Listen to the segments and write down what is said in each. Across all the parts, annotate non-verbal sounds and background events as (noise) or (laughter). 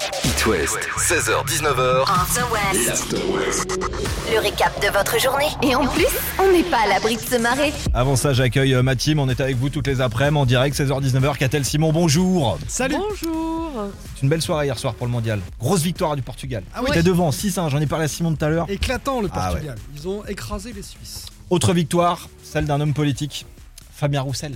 It West, 16h-19h, After West, l'After West. le récap de votre journée. Et en plus, on n'est pas à l'abri de se marrer. Avant ça, j'accueille euh, ma team. On est avec vous toutes les après-midi en direct, 16h-19h. Catel Simon, bonjour. Salut Bonjour C'est une belle soirée hier soir pour le mondial. Grosse victoire du Portugal. Ah oui. T'es devant, 6-1. J'en ai parlé à Simon tout à l'heure. Éclatant le Ah Portugal. Ils ont écrasé les Suisses. Autre victoire, celle d'un homme politique, Fabien Roussel.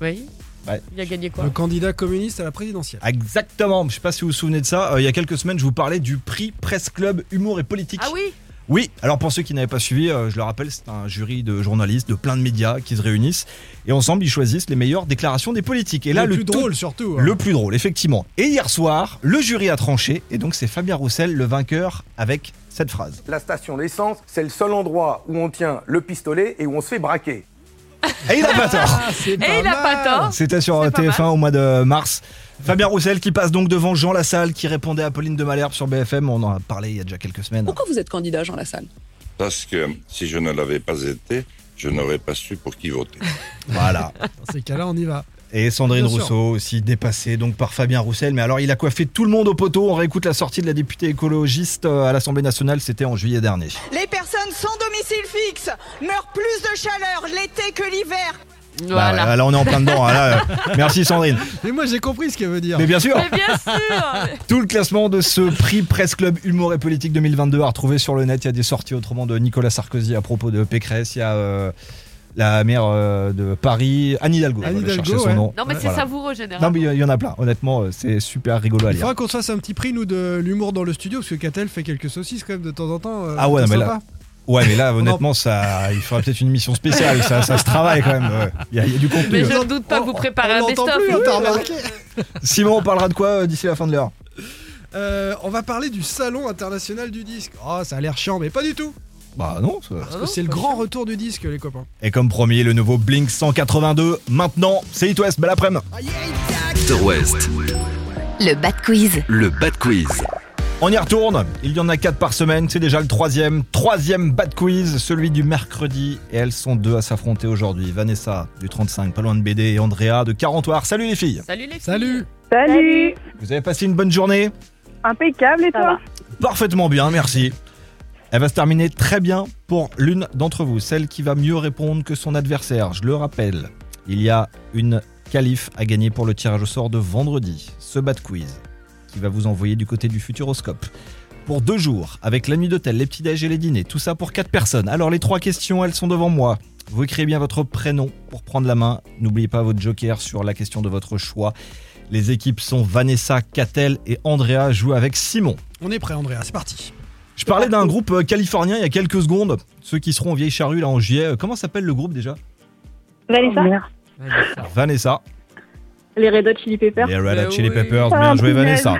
Oui Ouais. Il a gagné Bah. quoi Le candidat communiste à la présidentielle. Exactement. Je sais pas si vous vous souvenez de ça. Euh, il y a quelques semaines, je vous parlais du prix Presse Club Humour et Politique. Ah oui Oui, alors pour ceux qui n'avaient pas suivi, euh, je le rappelle, c'est un jury de journalistes, de plein de médias qui se réunissent et ensemble ils choisissent les meilleures déclarations des politiques. Et là, le, le, plus taux- drôle surtout. hein. Le plus drôle, effectivement. Et hier soir, le jury a tranché, et donc c'est Fabien Roussel le vainqueur avec cette phrase. La station d'essence, c'est le seul endroit où on tient le pistolet et où on se fait braquer. Et il a pas tort Ah, c'est Et il a pas mal. tort C'était sur C'est pas TF1 au mois de mars. Fabien Roussel qui passe donc devant Jean Lassalle qui répondait à Pauline de Malherbe sur BFM, on en a parlé il y a déjà quelques semaines. Pourquoi vous êtes candidat, Jean Lassalle parce que si je ne l'avais pas été, je n'aurais pas su pour qui voter. Voilà. Dans ces cas-là, on y va. Et Sandrine Bien sûr. Rousseau aussi dépassée donc par Fabien Roussel. Mais alors il a coiffé tout le monde au poteau. On réécoute la sortie de la députée écologiste euh, à l'Assemblée nationale, c'était en juillet dernier. Les personnes sans domicile fixe meurent plus de chaleur l'été que l'hiver. Bah, Voilà ouais, là on est en plein dedans. hein, là, euh, merci Sandrine. Mais moi, j'ai compris ce qu'elle veut dire. Mais bien sûr. Mais (laughs) bien sûr Tout le classement de ce prix Presse Club Humour et Politique 2022 à retrouver sur le net. Il y a des sorties autrement de Nicolas Sarkozy à propos de Pécresse. Il y a euh, la maire euh, de Paris, Anne Hidalgo. Anne Voilà, je Hidalgo, cherchais son ouais. nom. Non mais c'est Voilà. savoureux Non, généralement. mais il y- il y en a plein. Honnêtement, euh, c'est super rigolo à Il lire. faudra qu'on se fasse un petit prix, nous, de l'humour dans le studio, parce que Catel fait quelques saucisses quand même de temps en temps. euh, Ah ouais, c'est non, mais sympa. Ouais, mais là, honnêtement, ça, il faudra peut-être une émission spéciale. Ça, ça se travaille quand même. ouais. Il y, a- il y a du contenu. Mais je là. ne doute pas que vous préparez on un l'entend best-of. plus, hein, t'as remarqué Simon, on parlera de quoi euh, d'ici la fin de l'heure Euh, On va parler du Salon international du disque. Oh, ça a l'air chiant, mais pas du tout. Bah non. ça- Ah non, C'est le pas grand retour du disque, les copains. Et comme promis, le nouveau Blink 182. Maintenant, c'est It West. Belle après-midi. After West, Le bad quiz. le Bad Quiz. On y retourne, il y en a 4 par semaine, c'est déjà le troisième, troisième bad quiz, celui du mercredi, et elles sont deux à s'affronter aujourd'hui, Vanessa du 35, pas loin de BD, et Andrea de 40 Oire. Salut les filles, Salut les filles. Salut Salut vous avez passé une bonne journée Impeccable et toi Parfaitement bien, merci. Elle va se terminer très bien pour l'une d'entre vous, celle qui va mieux répondre que son adversaire, je le rappelle. Il y a une qualif à gagner pour le tirage au sort de vendredi, ce bad quiz, qui va vous envoyer du côté du futuroscope. Pour deux jours, avec la nuit d'hôtel, les petits déj et les dîners, tout ça pour quatre personnes. Alors les trois questions, elles sont devant moi. Vous écrivez bien votre prénom pour prendre la main. N'oubliez pas votre joker sur la question de votre choix. Les équipes sont Vanessa, Catel et Andrea jouent avec Simon. On est prêt, Andrea, c'est parti. Je parlais d'un groupe euh, californien il y a quelques secondes. Ceux qui seront en vieille charrue là en juillet. euh, Comment s'appelle le groupe déjà Vanessa Vanessa. Les Red Hot Chili Peppers Les Red Hot Mais Chili oui. Peppers. Ah, Bien joué punaise. Vanessa.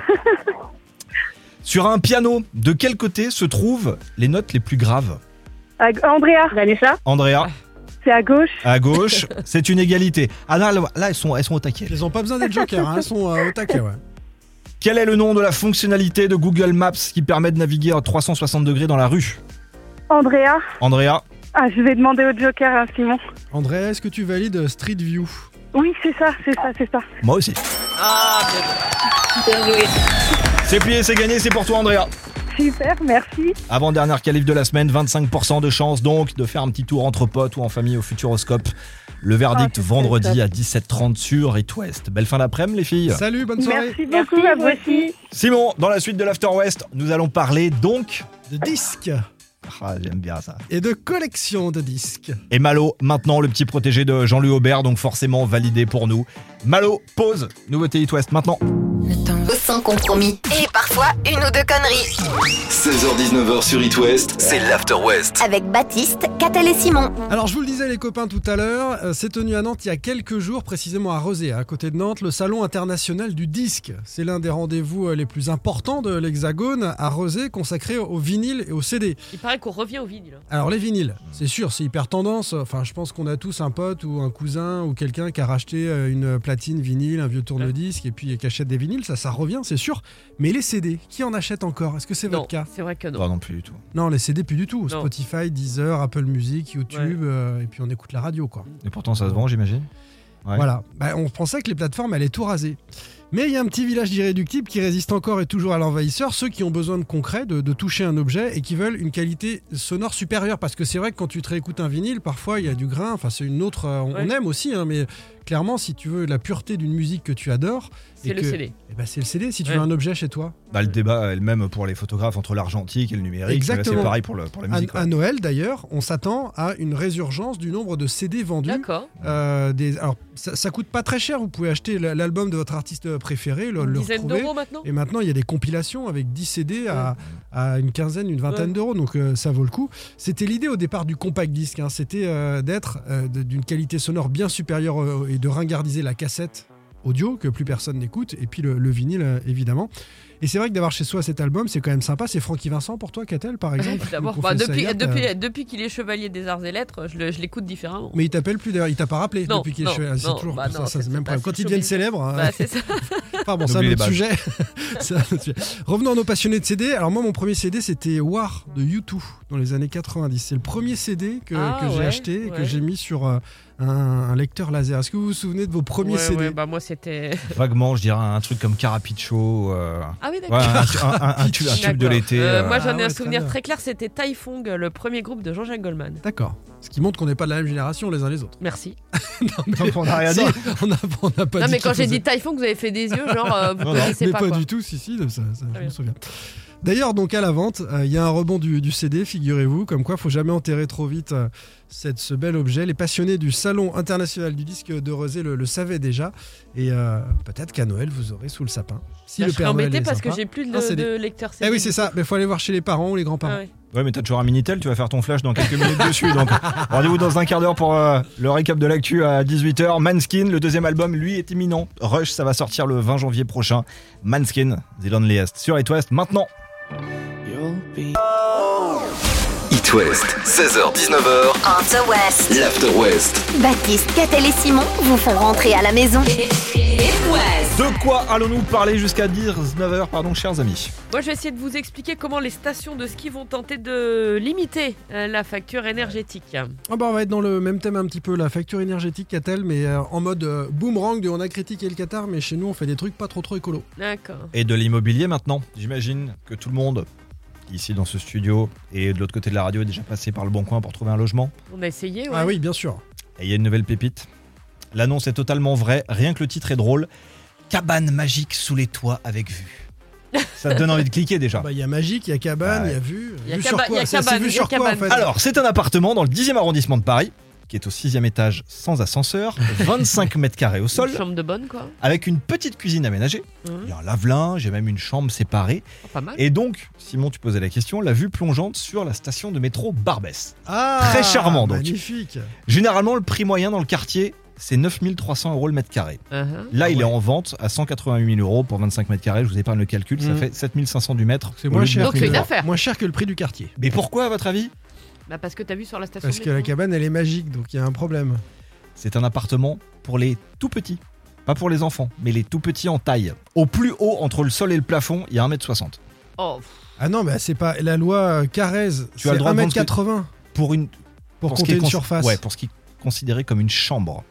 (laughs) Sur un piano, de quel côté se trouvent les notes les plus graves À- Andrea Vanessa Andrea, C'est à gauche à (laughs) gauche, c'est une égalité. Ah là, là, là, elles, sont, elles sont au taquet. Ils ont pas besoin d'être joker, hein, ils sont euh, au taquet, ouais. Quel est le nom de la fonctionnalité de Google Maps qui permet de naviguer à 360 degrés dans la rue Andrea Andrea, Ah, je vais demander au Joker, hein, Simon. André, est-ce que tu valides euh, Street View Oui, c'est ça, c'est ça, c'est ça. moi aussi. Ah, mais- C'est plié, c'est gagné, c'est pour toi Andrea. Super, merci. Avant-dernière qualif de la semaine, 25% de chance donc de faire un petit tour entre potes ou en famille au Futuroscope. Le verdict Ah, c'est vendredi top. à 17h30 sur It West. Belle fin d'après-midi les filles. Salut, bonne soirée Merci beaucoup, à vous aussi. Simon, dans la suite de l'After West, nous allons parler donc... De disques Ah, j'aime bien ça. et de collection de disques. Et Malo, maintenant le petit protégé de Jean-Louis Aubert, donc forcément validé pour nous. Malo, pause. Nouveauté It West maintenant. Sans compromis. Et parfois, une ou deux conneries. 16h-19h sur It West, c'est l'After West. Avec Baptiste, Catel et Simon. Alors, je vous le disais, les copains, tout à l'heure, euh, c'est tenu à Nantes il y a quelques jours, précisément à Rosé, à côté de Nantes, le Salon international du disque. C'est l'un des rendez-vous euh, les plus importants de l'Hexagone à Rosé, consacré au vinyle et au CD. Il paraît qu'on revient au vinyle. Alors les vinyles, Mm. c'est sûr, c'est hyper tendance. Enfin, je pense qu'on a tous un pote ou un cousin ou quelqu'un qui a racheté euh, une platine vinyle, un vieux tourne-disque et puis euh, qui achète des vinyles, ça, ça revient, c'est sûr. Mais les CD, qui en achète encore Est-ce que c'est Non, votre cas c'est vrai que non. Oh, Non, non plus du tout. Non, les CD plus du tout. Non. Spotify, Deezer, Apple Music, YouTube, euh, et puis on écoute la radio, quoi. Et pourtant ça se vend, j'imagine. Ouais. Voilà. Bah, on pensait que les plateformes allaient tout raser. Mais il y a un petit village d'irréductibles qui résiste encore et toujours à l'envahisseur, ceux qui ont besoin de concret, de, de toucher un objet et qui veulent une qualité sonore supérieure. Parce que c'est vrai que quand tu te réécoutes un vinyle, parfois il y a du grain, enfin c'est une autre. euh, On, Ouais. on aime aussi, hein, mais clairement, si tu veux la pureté d'une musique que tu adores, C'est et le que- CD. eh ben, c'est le CD. Si tu Ouais. veux un objet chez toi, Bah, le débat elle même pour les photographes entre l'argentique et le numérique. mais là, Exactement. Ah, C'est pareil pour, le, pour la à, musique. à ouais. Noël d'ailleurs, on s'attend à une résurgence du nombre de CD vendus. D'accord. Euh, des, alors, ça, ça coûte pas très cher. Vous pouvez acheter l- l'album de votre artiste préféré, le, Une le dizaine retrouver. d'euros maintenant Et maintenant, il y a des compilations avec 10 CD à, à une quinzaine, une vingtaine d'euros, donc euh, ça vaut le coup. C'était l'idée au départ du compact disque, hein, c'était euh, d'être euh, de- d'une qualité sonore bien supérieure euh, et de ringardiser la cassette audio que plus personne n'écoute, et puis le, le vinyle euh, évidemment. Et c'est vrai que d'avoir chez soi cet album, c'est quand même sympa. C'est Francky Vincent pour toi, Catel, (laughs) par exemple D'abord, Ou bah, Confesse depuis, Agathe, depuis, euh, depuis qu'il est chevalier des arts et lettres, je le- je l'écoute différemment. Mais il t'appelle plus d'ailleurs, il t'a pas rappelé Non, depuis qu'il est non, chez ah, c'est non, toujours bah ça, non, ça, c'est c'est le même pas- problème. Quand c'est ils deviennent showbiz. célèbres, hein, Bah, (laughs) c'est ça. Enfin bon, c'est un N'oublie autre les sujet. C'est un autre sujet. (laughs) Revenons à nos passionnés de CD. Alors moi, mon premier CD, c'était War de U2 dans les années 90. C'est le premier CD que, Ah, que j'ai ouais, acheté et que ouais. j'ai mis sur euh, un, un lecteur laser. Est-ce que vous vous souvenez de vos premiers Ouais, CD ouais, bah, moi, c'était. Vaguement, je dirais un truc comme Carapicho. euh, Ah oui, ouais, d'accord. (laughs) un, un- un- un tube, un tube de D'accord. l'été. Euh, euh, Moi, j'en Ah ai ouais, un très souvenir bien. très clair, c'était Taifung, le premier groupe de Jean-Jacques Goldman. D'accord. Ce qui montre qu'on n'est pas de la même génération les uns les autres. Merci. on n'a Ah, rien dit. (laughs) On n'a on n'a pas non, dit mais quand qu'ils j'ai dit faisaient- Taifung, vous avez fait des yeux, genre, euh, vous Non, non. connaissez mais pas. pas, quoi. du tout, si, si, ça, ça, je me bien. souviens. D'ailleurs, donc à la vente, euh, il y a un rebond du, du CD, figurez-vous, comme quoi faut jamais enterrer trop vite euh, cette, ce bel objet. Les passionnés du Salon international du disque de Rosé le, le savaient déjà, et euh, peut-être qu'à Noël, vous aurez sous le sapin. Si Bah, le je serais Père Noël embêté est parce sympa. que j'ai plus de, Un CD. de lecteur CD. Eh oui, c'est ça, mais faut aller voir chez les parents ou les Ah grands-parents. ouais. Ouais, mais t'as toujours un Minitel, tu vas faire ton flash dans quelques minutes dessus. (laughs) Donc, rendez-vous dans un quart d'heure pour euh, le récap de l'actu à 18h. Manskin, le deuxième album, lui, est imminent. Rush, ça va sortir le 20 janvier prochain. Manskin, The Loneliest. Sur It West, maintenant. It West, 16h-19h, On the West. l'After West. Baptiste, Catel et Simon vous font rentrer à la maison. De quoi allons-nous parler jusqu'à 19h, pardon, chers amis Moi, je vais essayer de vous expliquer comment les stations de ski vont tenter de limiter euh, la facture énergétique. Ah bah, on va être dans le même thème un petit peu, la facture énergétique qu'a-t-elle, mais euh, en mode euh, boomerang de on a critiqué le Qatar, mais chez nous on fait des trucs pas trop trop écolo. D'accord. Et de l'immobilier maintenant. J'imagine que tout le monde, ici dans ce studio et de l'autre côté de la radio, est déjà passé par le bon coin pour trouver un logement. On a essayé, ouais. Ah oui, bien sûr. Et il y a une nouvelle pépite. L'annonce est totalement vraie, rien que le titre est drôle. Cabane magique sous les toits avec vue. (laughs) Ça te donne envie de cliquer déjà. Bah, Il y a Magique, il y a Cabane, il Ah ouais. y a Vue. Il y a Vue sur Caba- il y quoi a C'est- c'est Cabane, Vue il y a sur quoi en Cabane. fait Alors, c'est un appartement dans le 10e arrondissement de Paris, qui est au 6e étage sans (laughs) ascenseur, 25 mètres carrés au sol, Une chambre de bonne, quoi. avec une petite cuisine aménagée. Mhm. Il y a un lave-linge, j'ai même une chambre séparée. Oh, pas mal. Et donc, Simon, tu posais la question, la vue plongeante sur la station de métro Barbès. Ah, Très charmant, donc. Magnifique. Généralement, le prix moyen dans le quartier, c'est 9300 euros le mètre carré. Uh-huh. Là, Ah il ouais. est en vente à 188 000 euros pour 25 mètres carrés. Je vous épargne le calcul, ça Mhm. fait 7500 du mètre. C'est au moins lieu de cher, Donc, que c'est une le, affaire. moins cher que le prix du quartier. Mais pourquoi, à votre avis Bah, parce que t'as vu sur la station. Parce de que la métro. cabane, elle est magique, donc il y a un problème. C'est un appartement pour les tout petits. Pas pour les enfants, mais les tout petits en taille. Au plus haut, entre le sol et le plafond, il y a 1m60. Oh, pff, Ah non, mais c'est pas la loi euh, Carrez. Tu c'est as le droit de vendre ce que- 1m80 Pour, une, pour, ce qui compter est une cons- surface. Ouais, pour ce qui est considéré comme une chambre.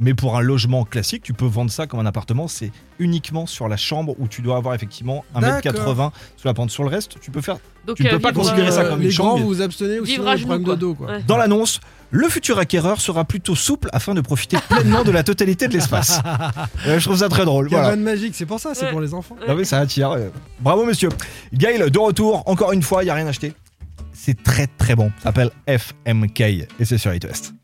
Mais pour un logement classique, tu peux vendre ça comme un appartement. C'est uniquement sur la chambre où tu dois avoir effectivement 1m80 sous la pente. Sur le reste, tu peux faire donc, Tu ne peux pas vivre, considérer ça euh, comme une les grands, chambre. vous vous abstenez aussi Vivre sinon, à le problème genoux, de dos. Quoi. Ouais. Dans l'annonce, le futur acquéreur sera plutôt souple afin de profiter (laughs) pleinement de la totalité de l'espace. Euh, je trouve ça très drôle. Voilà. Cabane magique, c'est pour ça, c'est Ouais. pour les enfants. Non, mais ça attire. euh. Bravo monsieur. Gail, de retour, encore une fois, il n'y a rien acheté. C'est très très bon. Ça s'appelle FMK et c'est sur It West.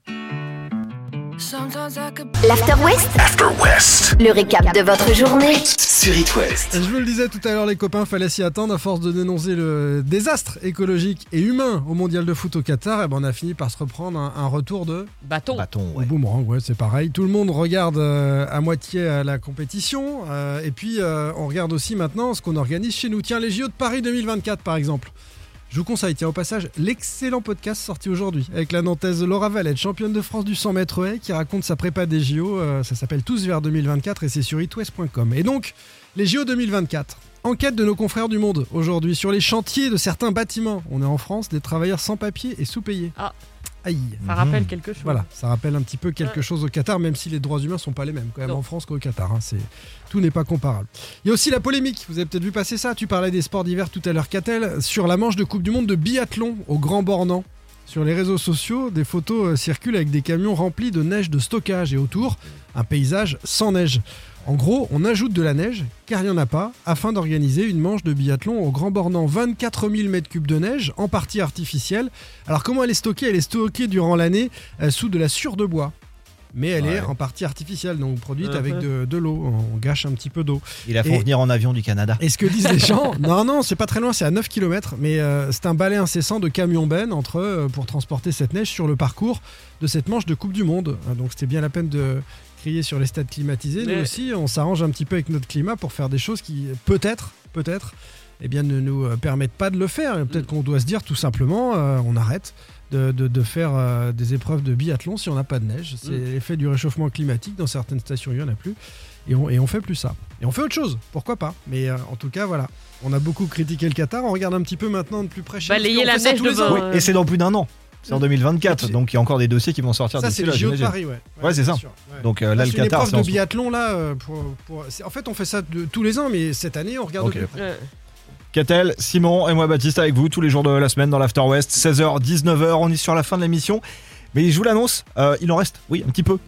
L'After West, After West. le récap de votre journée. Sur It West. Et Je vous le disais tout à l'heure, les copains, fallait s'y attendre. À force de dénoncer le désastre écologique et humain au mondial de foot au Qatar, eh ben, on a fini par se reprendre un, un retour de Bâton. Bâton, Au ouais. boomerang, ouais, c'est pareil. Tout le monde regarde euh, à moitié euh, la compétition. euh, et puis, euh, on regarde aussi maintenant ce qu'on organise chez nous. Tiens, les JO de Paris 2024, par exemple. Je vous conseille, tiens, au passage, l'excellent podcast sorti aujourd'hui avec la Nantaise Laura Valette, championne de France du 100 mètres haies, qui raconte sa prépa des JO. euh, ça s'appelle Tous vers 2024 et c'est sur itwest.com. Et donc, les JO 2024. Enquête de nos confrères du monde aujourd'hui sur les chantiers de certains bâtiments. On est en France, des travailleurs sans papier et sous-payés. Ah. Aïe. Ça rappelle quelque chose. Mmh. Voilà, ça rappelle un petit peu quelque chose au Qatar, même si les droits humains sont pas les mêmes quand même Non. en France qu'au Qatar. hein. C'est tout n'est pas comparable. Il y a aussi la polémique. Vous avez peut-être vu passer ça. Tu parlais des sports d'hiver tout à l'heure, Catel, sur la manche de Coupe du Monde de biathlon au Grand Bornand. Sur les réseaux sociaux, des photos euh, circulent avec des camions remplis de neige de stockage et autour un paysage sans neige. En gros, on ajoute de la neige, car il n'y en a pas, afin d'organiser une manche de biathlon au Grand Bornand. 24 000 m3 de neige, en partie artificielle. Alors comment elle est stockée Elle est stockée durant l'année euh, sous de la sure de bois. Mais elle est Ouais. en partie artificielle, donc produite Mhm. avec de, de l'eau. On gâche un petit peu d'eau. Il la font Et- venir en avion du Canada. Et ce que disent les gens, non, non, c'est pas très loin, c'est à 9 km, mais euh, c'est un balai incessant de camions bennes entre eux, euh, pour transporter cette neige sur le parcours de cette manche de Coupe du Monde. Hein, Donc c'était bien la peine de crier sur les stades climatisés. Nous Mais- aussi, on s'arrange un petit peu avec notre climat pour faire des choses qui, peut-être, peut-être, eh bien, ne nous euh, permettent pas de le faire. Et Peut-être qu'on doit se dire tout simplement, euh, on arrête. De, de- de faire euh, des épreuves de biathlon si on n'a pas de neige. C'est l'effet du réchauffement climatique. Dans certaines stations, il n'y en a plus. Et on, et on fait plus ça. Et on fait autre chose, pourquoi pas. Mais euh, en tout cas, voilà. On a beaucoup critiqué le Qatar. On regarde un petit peu maintenant de plus près. chez nous, parce Balayer qu'on la fait ça neige tous les de ans. vin. Oui, et c'est dans plus d'un an. C'est en 2024, C'est- donc il y a encore des dossiers qui vont sortir euh, Ça, d'ici c'est le là, JO de j'imagine. Paris, ouais. Ouais, c'est bien ça. sûr, ouais. Donc euh, là, Là, le c'est une Qatar, épreuve c'est de en ce- biathlon là. euh, Pour, pour- c'est- En fait, on fait ça de- tous les ans, mais cette année, on regarde. Ok. de plus près. Ouais. Catel, Simon et moi Baptiste avec vous tous les jours de la semaine dans l'After West, 16h, 19h, on est sur la fin de l'émission. Mais je vous l'annonce, euh, il en reste, oui, un petit peu.